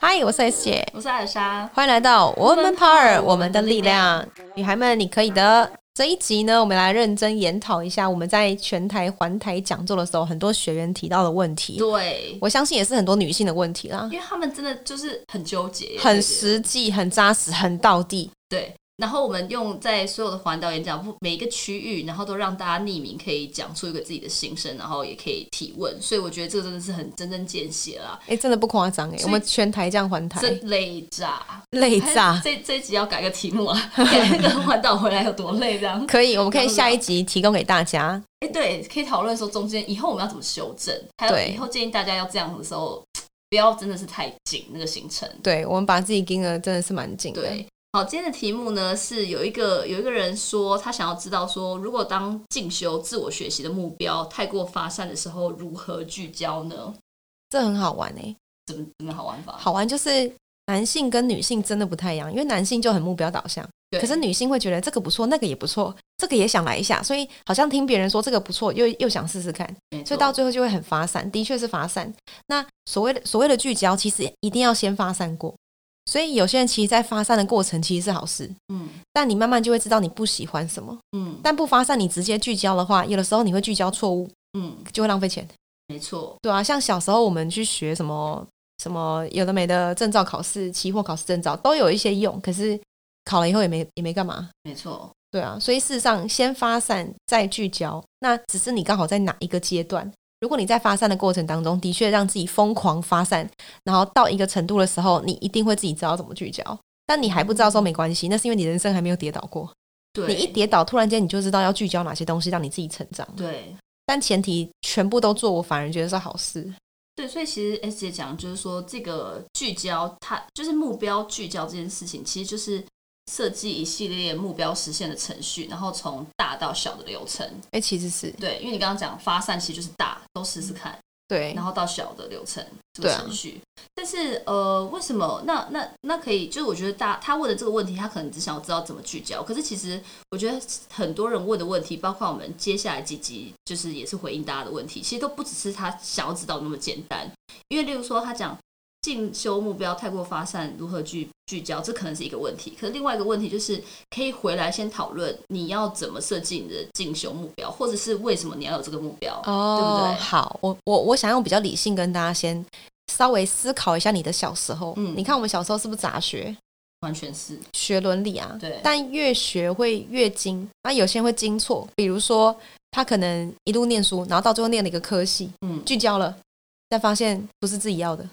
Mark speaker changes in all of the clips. Speaker 1: 嗨，我是 S 姐，
Speaker 2: 我是艾莎，
Speaker 1: 欢迎来到我们 Power 我
Speaker 2: 我
Speaker 1: 们
Speaker 2: 们
Speaker 1: 的
Speaker 2: 的
Speaker 1: 力
Speaker 2: 力
Speaker 1: 量
Speaker 2: 量，
Speaker 1: 女孩们你可以的。这一集呢，我们来认真研讨一下我们在全台环台讲座的时候，很多学员提到的问题，
Speaker 2: 对，
Speaker 1: 我相信也是很多女性的问题啦
Speaker 2: 因，为他们真的就是很纠结，
Speaker 1: 很
Speaker 2: 实。
Speaker 1: 实际、很扎实、很到地。
Speaker 2: 对，然后我们用在所有的环岛演讲部每一个区域，然后都让大家匿名可以讲出一个自己的心声，然后也可以提问，所以我觉得这个真的是很针针见血啦，
Speaker 1: 哎、真的不夸张哎，
Speaker 2: 所以
Speaker 1: 我们全台这样环台，
Speaker 2: 真累炸，
Speaker 1: 累
Speaker 2: 哎
Speaker 1: 炸。
Speaker 2: 这这一集要改个题目 啊，改那个环岛回来有多累这样。
Speaker 1: 可以，我们可以
Speaker 2: 然后
Speaker 1: 下一集提供给大家。
Speaker 2: 哎，对，可以讨论说中间以后我们要怎么修正，还有
Speaker 1: 对
Speaker 2: 以后建议大家要这样的时候，不要真的是太紧那个行程。
Speaker 1: 对，我们把自己盯的真的是蛮紧的。
Speaker 2: 对，好，今天的题目呢是有一个有一个人说他想要知道说，如果当进修自我学习的目标太过发散的时候，如何聚焦呢？
Speaker 1: 这很好玩哎、
Speaker 2: 怎么怎么好玩法？
Speaker 1: 好玩就是男性跟女性真的不太一样，因为男性就很目标导向，
Speaker 2: 对
Speaker 1: 可是女性会觉得这个不错，那个也不错，这个也想来一下，所以好像听别人说这个不错，又又想试试看，
Speaker 2: 没
Speaker 1: 所
Speaker 2: 错
Speaker 1: 以到最后就会很发散，的确是发散。那所谓的所谓的聚焦，其实一定要先发散过。所以有些人其实，在发散的过程其实是好事，
Speaker 2: 嗯
Speaker 1: 但你慢慢就会知道你不喜欢什么。
Speaker 2: 嗯
Speaker 1: 但不发散，你直接聚焦的话，有的时候你会聚焦错误，
Speaker 2: 嗯，
Speaker 1: 就会浪费钱。
Speaker 2: 没错，
Speaker 1: 对啊，像小时候我们去学什么什么有的没的证照考试、期货考试证照，都有一些用，可是考了以后也没也没干嘛。
Speaker 2: 没错，
Speaker 1: 对啊，所以事实上先发散再聚焦，那只是你刚好在哪一个阶段。如果你在发散的过程当中，的确让自己疯狂发散，然后到一个程度的时候，你一定会自己知道怎么聚焦。但你还不知道说没关系，那是因为你人生还没有跌倒过。
Speaker 2: 对，
Speaker 1: 你一跌倒，突然间你就知道要聚焦哪些东西，让你自己成长。
Speaker 2: 对。
Speaker 1: 但前提全部都做，我反而觉得是好事。
Speaker 2: 对，所以其实 S 姐讲就是说，这个聚焦，它就是目标聚焦这件事情，其实就是设计一系列目标实现的程序，然后从大到小的流程。
Speaker 1: 哎、其实是
Speaker 2: 对，因为你刚刚讲发散，其实就是大，都试试看。
Speaker 1: 对
Speaker 2: 然，后到小的流程这
Speaker 1: 对
Speaker 2: 个
Speaker 1: 啊
Speaker 2: 程序。但是呃，为什么？那那那可以，就是我觉得大他问的这个问题，他可能只想要知道怎么聚焦。可是其实我觉得很多人问的问题，包括我们接下来几集，就是也是回应大家的问题，其实都不只是他想要知道那么简单。因为例如说他讲。进修目标太过发散，如何聚聚焦，这可能是一个问题。可是另外一个问题就是，可以回来先讨论你要怎么设计你的进修目标，或者是为什么你要有这个目标，对不对？
Speaker 1: 哦好，我我我想用比较理性跟大家先稍微思考一下你的小时候。
Speaker 2: 嗯
Speaker 1: 你看我们小时候是不是杂学，
Speaker 2: 完全是
Speaker 1: 学伦理啊？
Speaker 2: 对
Speaker 1: 但越学会越精，那有些人会精错，比如说他可能一路念书，然后到最后念了一个科系，
Speaker 2: 嗯，
Speaker 1: 聚焦了，但发现不是自己要的。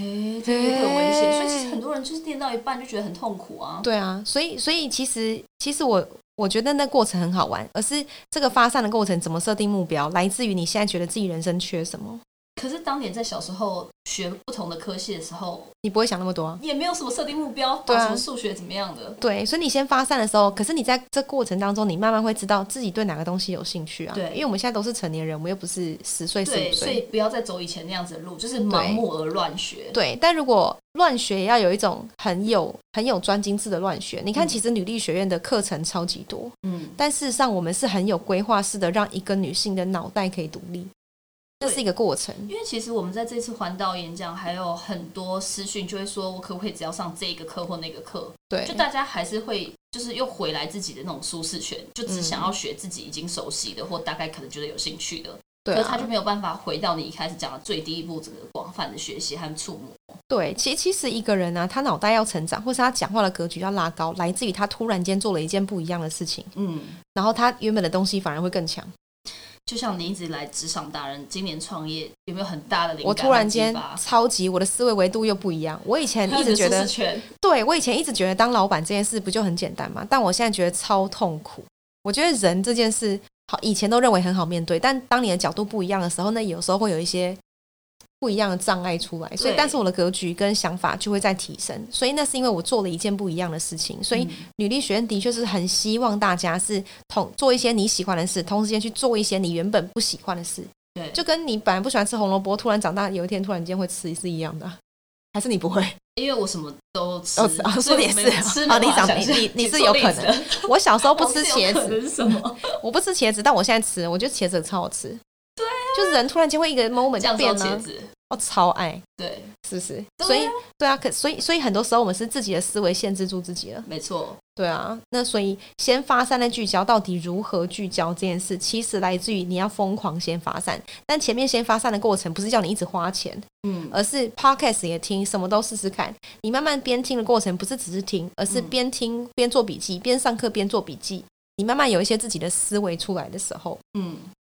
Speaker 2: 哎、这个很危险，所以其
Speaker 1: 哎
Speaker 2: 实很多人就是练到一半就觉得很痛苦啊。
Speaker 1: 对啊，所以所以其实其实我我觉得那过程很好玩，而是这个发散的过程怎么设定目标，来自于你现在觉得自己人生缺什么，
Speaker 2: 可是当年在小时候学不同的科系的时候，
Speaker 1: 你不会想那么多啊。
Speaker 2: 也没有什么设定目标，
Speaker 1: 对啊
Speaker 2: 什么数学怎么样的，
Speaker 1: 对，所以你先发散的时候，可是你在这过程当中，你慢慢会知道自己对哪个东西有兴趣啊。
Speaker 2: 对
Speaker 1: 因为我们现在都是成年人，我们又不是十岁、十
Speaker 2: 对，
Speaker 1: 五
Speaker 2: 所
Speaker 1: 岁。
Speaker 2: 以不要再走以前那样子的路，就是盲目而乱学。
Speaker 1: 对，但如果乱学，也要有一种很有很有专精致的乱学。你看，
Speaker 2: 嗯
Speaker 1: 其实女力学院的课程超级多，
Speaker 2: 嗯，
Speaker 1: 但事实上我们是很有规划式的，让一个女性的脑袋可以独立，这
Speaker 2: 对
Speaker 1: 是一个过程。
Speaker 2: 因为其实我们在这次环岛演讲，还有很多私讯就会说，我可不可以只要上这一个课或那个课？
Speaker 1: 对
Speaker 2: 就，大家还是会就是又回来自己的那种舒适圈，就
Speaker 1: 嗯
Speaker 2: 只想要学自己已经熟悉的，或大概可能觉得有兴趣的。
Speaker 1: 对
Speaker 2: 可是他
Speaker 1: 啊
Speaker 2: 就，没有办法回到你一开始讲的最低一步，整个广泛的学习和触摸。
Speaker 1: 对，其其实一个人啊，他脑袋要成长，或是他讲话的格局要拉高，来自于他突然间做了一件不一样的事情，
Speaker 2: 嗯，
Speaker 1: 然后他原本的东西反而会更强。
Speaker 2: 就像你一直以来职场达人，今年创业有没有很大的灵感？
Speaker 1: 我突然
Speaker 2: 和
Speaker 1: 间
Speaker 2: 激发
Speaker 1: 超级我的思维维度又不一样。我以前一直觉
Speaker 2: 还有
Speaker 1: 得
Speaker 2: 你的舒适，圈
Speaker 1: 对我以前一直觉得当老板这件事不就很简单嘛？但我现在觉得超痛苦。我觉得人这件事，好以前都认为很好面对，但当你的角度不一样的时候，那有时候会有一些不一样的障碍出来。所以，
Speaker 2: 对
Speaker 1: 但是我的格局跟想法就会在提升。所以那是因为我做了一件不一样的事情。所以
Speaker 2: 嗯
Speaker 1: 女力学院的确是很希望大家是同做一些你喜欢的事，同时间去做一些你原本不喜欢的事。
Speaker 2: 对，
Speaker 1: 就
Speaker 2: 就
Speaker 1: 跟你本来不喜欢吃红萝卜，突然长大有一天突然间会吃是一样的啊，还是你不会？
Speaker 2: 因为我什么都吃，
Speaker 1: 哦是哦
Speaker 2: 所以
Speaker 1: 说的也
Speaker 2: 我没
Speaker 1: 是
Speaker 2: 有吃
Speaker 1: 哦
Speaker 2: 没
Speaker 1: 你
Speaker 2: 办法
Speaker 1: 长你
Speaker 2: 想象
Speaker 1: 你你是
Speaker 2: 做
Speaker 1: 有可
Speaker 2: 例子
Speaker 1: 能 我小时候不吃
Speaker 2: 我是有
Speaker 1: 茄
Speaker 2: 可
Speaker 1: 子，
Speaker 2: 能是什么？
Speaker 1: 我不吃 茄子，但我现在吃，我觉得茄子超好吃。对、就人突然间会一个 moment
Speaker 2: 啊酱
Speaker 1: 变
Speaker 2: 烧
Speaker 1: 了、
Speaker 2: 茄子，
Speaker 1: 哦，超爱，
Speaker 2: 对，
Speaker 1: 是不是？
Speaker 2: 对啊
Speaker 1: 所以对啊，可所以所以很多时候我们是自己的思维限制住自己了。
Speaker 2: 没错，
Speaker 1: 对啊，那所以先发散的聚焦到底如何聚焦这件事，其实来自于你要疯狂先发散。但前面先发散的过程不是叫你一直花钱，
Speaker 2: 嗯，
Speaker 1: 而是 podcast 也听，什么都试试看。你慢慢边听的过程，不是只是听，而是
Speaker 2: 嗯
Speaker 1: 边听边做笔记，边上课边做笔记。你慢慢有一些自己的思维出来的时候，
Speaker 2: 嗯，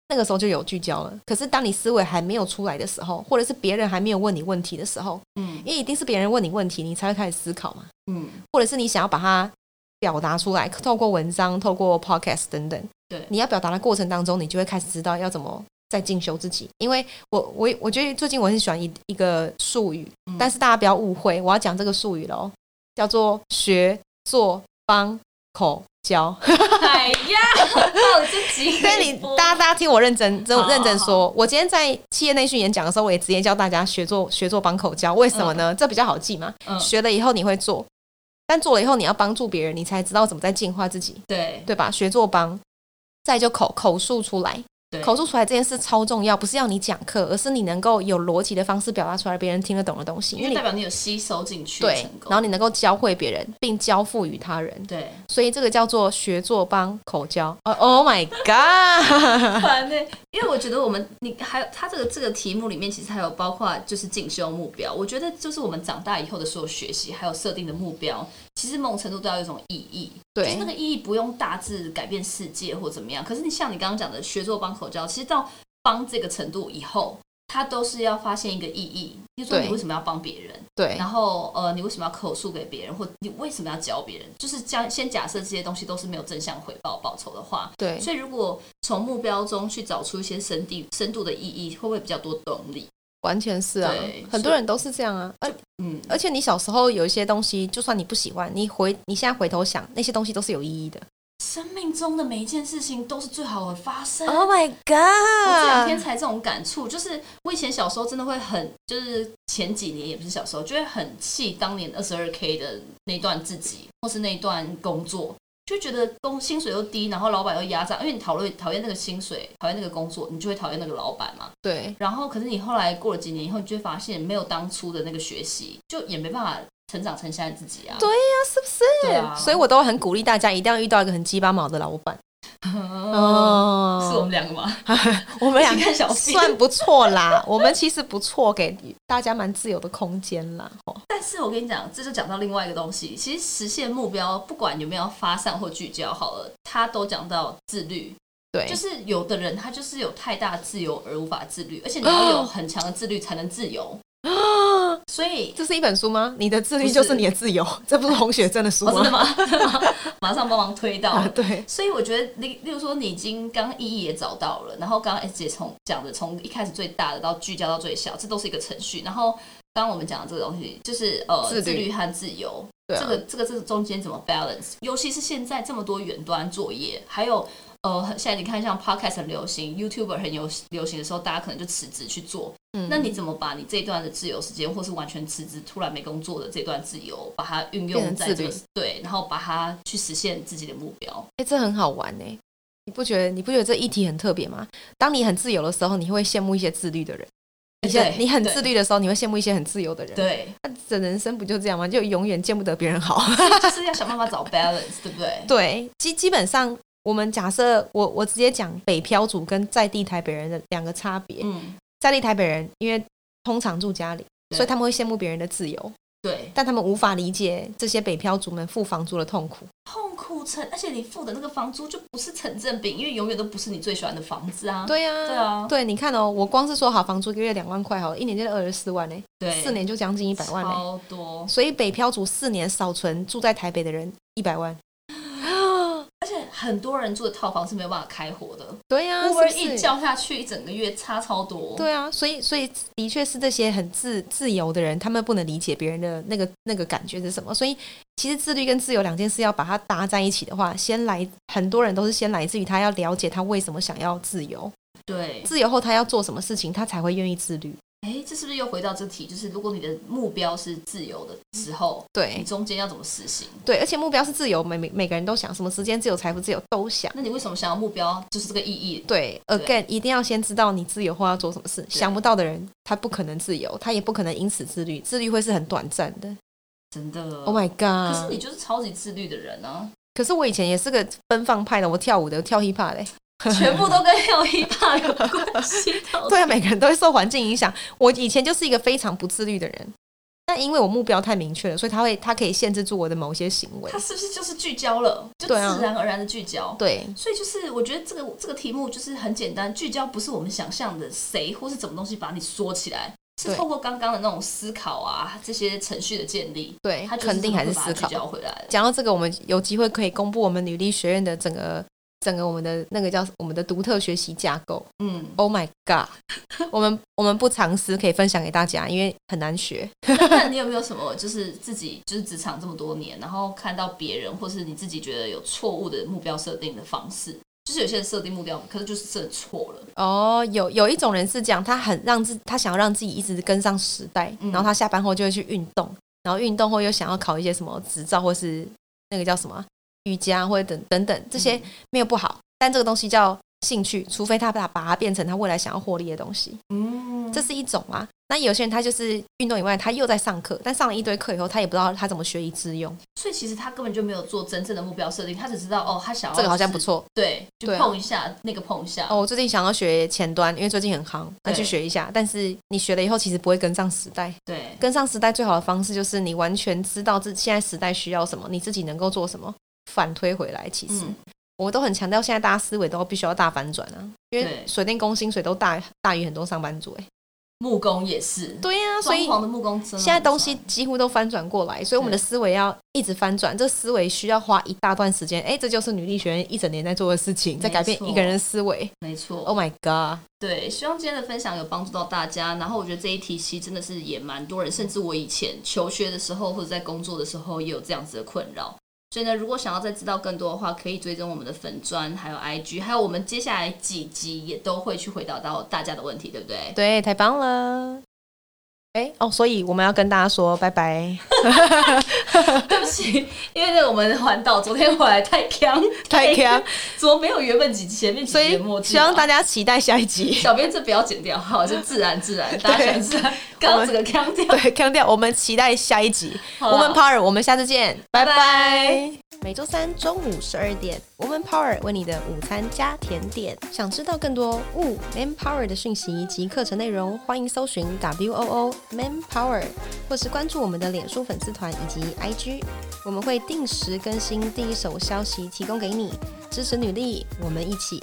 Speaker 1: 那个时候就有聚焦了。可是当你思维还没有出来的时候，或者是别人还没有问你问题的时候，
Speaker 2: 嗯，
Speaker 1: 因为一定是别人问你问题，你才会开始思考嘛。
Speaker 2: 嗯，
Speaker 1: 或者是你想要把它表达出来，透过文章、透过 podcast 等等。
Speaker 2: 对
Speaker 1: 你要表达的过程当中，你就会开始知道要怎么再进修自己。因为我我我觉得最近我很喜欢一一个术语，
Speaker 2: 嗯
Speaker 1: 但是大家不要误会，我要讲这个术语喽，叫做学做帮口交。
Speaker 2: 哎呀，到这集，
Speaker 1: 所以你大家大家听我认真真
Speaker 2: 好
Speaker 1: 认真说，我今天在企业内训演讲的时候，我也直接教大家学做学做帮口交，为什么呢？这比较好记嘛，
Speaker 2: 嗯
Speaker 1: 学了以后你会做，但做了以后你要帮助别人，你才知道怎么在进化自己，
Speaker 2: 对
Speaker 1: 对吧？学做帮，再就口口述出来，
Speaker 2: 对
Speaker 1: 口述出来这件事超重要，不是要你讲课，而是你能够有逻辑的方式表达出来，别人听得懂的东西，
Speaker 2: 因
Speaker 1: 因为
Speaker 2: 为
Speaker 1: 你
Speaker 2: 代表你有吸收进去
Speaker 1: 对
Speaker 2: 成，功，
Speaker 1: 然后你能够教会别人，并交付于他人。
Speaker 2: 对，
Speaker 1: 所以这个叫做学做帮口 交。哦、oh my god！
Speaker 2: 烦呢、因为我觉得我们你还有他这个这个题目里面，其实还有包括就是进修目标。我觉得就是我们长大以后的所有学习，还有设定的目标，其实某种程度都要有一种意义。就是
Speaker 1: 对
Speaker 2: 那，个意义不用大致改变世界或怎么样。可是你像你刚刚讲的学做帮口交，其实到帮这个程度以后，它都是要发现一个意义，就说
Speaker 1: 对
Speaker 2: 你为什么要帮别人，
Speaker 1: 对，
Speaker 2: 然后呃，你为什么要口述给别人，或你为什么要教别人？就是将先假设这些东西都是没有正向回报报酬的话，
Speaker 1: 对，
Speaker 2: 所以，如果从目标中去找出一些深地深度的意义，会不会比较多动力？
Speaker 1: 完全是啊
Speaker 2: 对，
Speaker 1: 很多人都是这样啊。而
Speaker 2: 嗯，
Speaker 1: 而且你小时候有一些东西，就算你不喜欢，你回你现在回头想，那些东西都是有意义的。
Speaker 2: 生命中的每一件事情都是最好的发生。
Speaker 1: Oh my
Speaker 2: 我这两
Speaker 1: god！
Speaker 2: 天才这种感触，就是我以前小时候真的会很，就是前几年也不是小时候，就会很气当年二十二 k 的那段自己，或是那段工作，就觉得工薪水又低，然后老板又压榨，因为你讨论讨厌那个薪水，讨厌那个工作，你就会讨厌那个老板嘛。
Speaker 1: 对
Speaker 2: 然后，可是你后来过了几年以后，你就会发现没有当初的那个学习，就也没办法成长成现在自己啊。
Speaker 1: 对呀、是不是？
Speaker 2: 对啊
Speaker 1: 所以我都很鼓励大家，一定要遇到一个很鸡巴毛的老板。
Speaker 2: 哦，是
Speaker 1: 哦
Speaker 2: 我们，两个吗？
Speaker 1: 我们俩
Speaker 2: 一起看小戏
Speaker 1: 算不错 啦，我们其实不错，给大家蛮自由的空间啦。哦
Speaker 2: 但是我跟你讲，这就讲到另外一个东西。其实实现目标，不管有没有发散或聚焦，好了，它都讲到自律。
Speaker 1: 对，
Speaker 2: 就是有的人他就是有太大的自由而无法自律，而且你要有很强的自律才能自 由。
Speaker 1: 啊，
Speaker 2: 所以
Speaker 1: 这是一本书吗？你的自
Speaker 2: 不
Speaker 1: 律
Speaker 2: 是
Speaker 1: 就是你的自由，这不是洪雪珍的书
Speaker 2: 哦，真的
Speaker 1: 吗？
Speaker 2: 吗？ 马上帮忙推到
Speaker 1: 啊，
Speaker 2: 了。
Speaker 1: 对，
Speaker 2: 所以我觉得，例例如说，你已经刚刚意义也找到了，然后刚刚 S 姐从讲的从一开始最大的到聚焦到最小，这都是一个程序。然后刚刚我们讲的这个东西，就是呃
Speaker 1: 自律
Speaker 2: 和自由，
Speaker 1: 对啊
Speaker 2: 这个这个这个中间怎么 balance？尤其是现在这么多远端作业，还有呃现在你看像 podcast 很流行，YouTuber 很流流行的时候，大家可能就辞职去做。
Speaker 1: 嗯
Speaker 2: 那你怎么把你这一段的自由时间，或是完全辞职突然没工作的这段自由，把它运用
Speaker 1: 变成
Speaker 2: 在这
Speaker 1: 自
Speaker 2: 个
Speaker 1: 律
Speaker 2: 对，然后把它去实现自己的目标？
Speaker 1: 哎、这很好玩哎、你不觉得你不觉得这议题很特别吗？当你很自由的时候，你会羡慕一些自律的人；你现
Speaker 2: 哎对
Speaker 1: 你很
Speaker 2: 对
Speaker 1: 自律的时候，你会羡慕一些很自由的人。
Speaker 2: 对，
Speaker 1: 那这人生不就这样吗？就永远见不得别人好。
Speaker 2: 就是要想办法找 balance，对不对？
Speaker 1: 对，基基本上，我们假设我我直接讲北漂族跟在地台北人的两个差别。
Speaker 2: 嗯，
Speaker 1: 在地台北人因为通常住家里，
Speaker 2: 对
Speaker 1: 所以他们会羡慕别人的自由，
Speaker 2: 对，
Speaker 1: 但他们无法理解这些北漂族们付房租的痛苦。
Speaker 2: 痛苦成，而且你付的那个房租就不是成正比，因为永远都不是你最喜欢的房子啊。
Speaker 1: 对呀、
Speaker 2: 对啊
Speaker 1: 对，你看哦，我光是说好房租一个月两万块，好了，一年就二十四万欸呢、
Speaker 2: 对，
Speaker 1: 四年就将近一百万欸呢、
Speaker 2: 超多，
Speaker 1: 所以北漂族四年少存住在台北的人一百 万。
Speaker 2: 而且很多人住的套房是没有办法开火的
Speaker 1: 对呀、
Speaker 2: ，Uber
Speaker 1: 嗯是不
Speaker 2: 一
Speaker 1: 是
Speaker 2: 叫下去一整个月差超多。
Speaker 1: 对啊，所以所以的确是这些很自自由的人，他们不能理解别人的那个那个感觉是什么。所以其实自律跟自由两件事要把它搭在一起的话，先来很多人都是先来自于他要了解他为什么想要自由，
Speaker 2: 对
Speaker 1: 自由后他要做什么事情，他才会愿意自律。
Speaker 2: 哎，这是不是又回到这题？就是如果你的目标是自由的时候，你
Speaker 1: 对
Speaker 2: 中间要怎么实行？
Speaker 1: 对，而且目标是自由，每每每个人都想什么时间自由、财富自由都想。
Speaker 2: 那你为什么想要目标？就是这个意义。
Speaker 1: 对，again，一定要先知道你自由后要做什么事。想不到的人，他不可能自由，他也不可能因此自律，自律会是很短暂的。
Speaker 2: 真的
Speaker 1: Oh my
Speaker 2: 嗯可
Speaker 1: god！
Speaker 2: 是你就是超级自律的人啊，
Speaker 1: 可是我以前也是个奔放派的，我跳舞的，我跳 hiphop 嘞。
Speaker 2: 全部都跟 L 一怕有关系。 到底
Speaker 1: 对啊，每个人都会受环境影响。我以前就是一个非常不自律的人，但因为我目标太明确了，所以他会他可以限制住我的某些行为
Speaker 2: 他。是不是就是聚焦了？就自
Speaker 1: 对啊
Speaker 2: 然而然的聚焦。
Speaker 1: 对
Speaker 2: 所以就是，我觉得这个这个题目就是很简单，聚焦不是我们想象的谁或是什么东西把你缩起来，是
Speaker 1: 对
Speaker 2: 透过刚刚的那种思考啊，这些程序的建立，
Speaker 1: 对
Speaker 2: 它，就是
Speaker 1: 肯定还是
Speaker 2: 这么会
Speaker 1: 思
Speaker 2: 把它
Speaker 1: 考
Speaker 2: 聚。焦回来的。
Speaker 1: 讲到这个，我们有机会可以公布我们女力学院的整个整个我们的那个叫我们的独特学习架构。
Speaker 2: 嗯，
Speaker 1: Oh my god！我 们我们不藏私，可以分享给大家，因为很难学。
Speaker 2: 那你有没有什么就是自己就是职场这么多年，然后看到别人或是你自己觉得有错误的目标设定的方式？就是有些人设定目标，可是就是设错了。
Speaker 1: 哦，有有一种人是这样，他很让自他想要让自己一直跟上时代，
Speaker 2: 嗯
Speaker 1: 然后他下班后就会去运动，然后运动后又想要考一些什么执照，或是那个叫什么啊瑜伽，或者等等等这
Speaker 2: 嗯
Speaker 1: 些没有不好，但这个东西叫兴趣，除非他把把它变成他未来想要获利的东西，
Speaker 2: 嗯，
Speaker 1: 这是一种啊。那有些人他就是运动以外，他又在上课，但上了一堆课以后，他也不知道他怎么学以致用，
Speaker 2: 所以其实他根本就没有做真正的目标设定，他只知道哦，他想要
Speaker 1: 这个好像不
Speaker 2: 是，
Speaker 1: 错。
Speaker 2: 对，就
Speaker 1: 对啊
Speaker 2: 碰一下、那个碰一下，
Speaker 1: 哦，我最近想要学前端，因为最近很夯，那去
Speaker 2: 对
Speaker 1: 学一下。但是你学了以后，其实不会跟上时代。
Speaker 2: 对，
Speaker 1: 跟上时代最好的方式就是你完全知道自现在时代需要什么，你自己能够做什么，反推回来。其实、
Speaker 2: 嗯，
Speaker 1: 我都很强调，现在大家思维都必须要大反转啊，因为
Speaker 2: 对
Speaker 1: 水电工薪水都大大于很多上班族、欸。
Speaker 2: 木工也是，
Speaker 1: 对呀、所
Speaker 2: 装
Speaker 1: 以
Speaker 2: 潢的木工真的
Speaker 1: 现在
Speaker 2: 很
Speaker 1: 东
Speaker 2: 少
Speaker 1: 西几乎都翻转过来，所以我们的思维要一直翻转，这思维需要花一大段时间。哎、这就是女力学院一整年在做的事情，在改变
Speaker 2: 没错
Speaker 1: 一个人的思维。
Speaker 2: 没错。
Speaker 1: Oh my god！
Speaker 2: 对，希望今天的分享有帮助到大家。然后我觉得这一题其实真的是也蛮多人，甚至我以前求学的时候或者在工作的时候也有这样子的困扰。所以呢，如果想要再知道更多的话，可以追踪我们的粉砖，还有 IG，还有我们接下来几集也都会去回答到大家的问题，对不对？
Speaker 1: 对，太棒了。哎、哦，所以我们要跟大家说拜拜。
Speaker 2: 对不起，因为那个我们环岛昨天回来太强，
Speaker 1: 太强，
Speaker 2: 怎么没有原本几前面几
Speaker 1: 所
Speaker 2: 集
Speaker 1: 以
Speaker 2: 的默契
Speaker 1: 希
Speaker 2: 啊、
Speaker 1: 望大家期待下一集。
Speaker 2: 小编这不要剪掉，好，就自然自然，大家想自然，刚刚整个腔调。
Speaker 1: 对， 强调我们期待下一集。
Speaker 2: 好啦
Speaker 1: Woman Power，我们下次见，拜
Speaker 2: 拜
Speaker 1: 拜。每周三中午十二点，Woman Power 为你的午餐加甜点。想知道更多 Wo Man Power 的讯息及课程内容，欢迎搜寻 W O O Man Power，或是关注我们的脸书粉丝团以及 IG。我们会定时更新第一手消息，提供给你支持女力，我们一起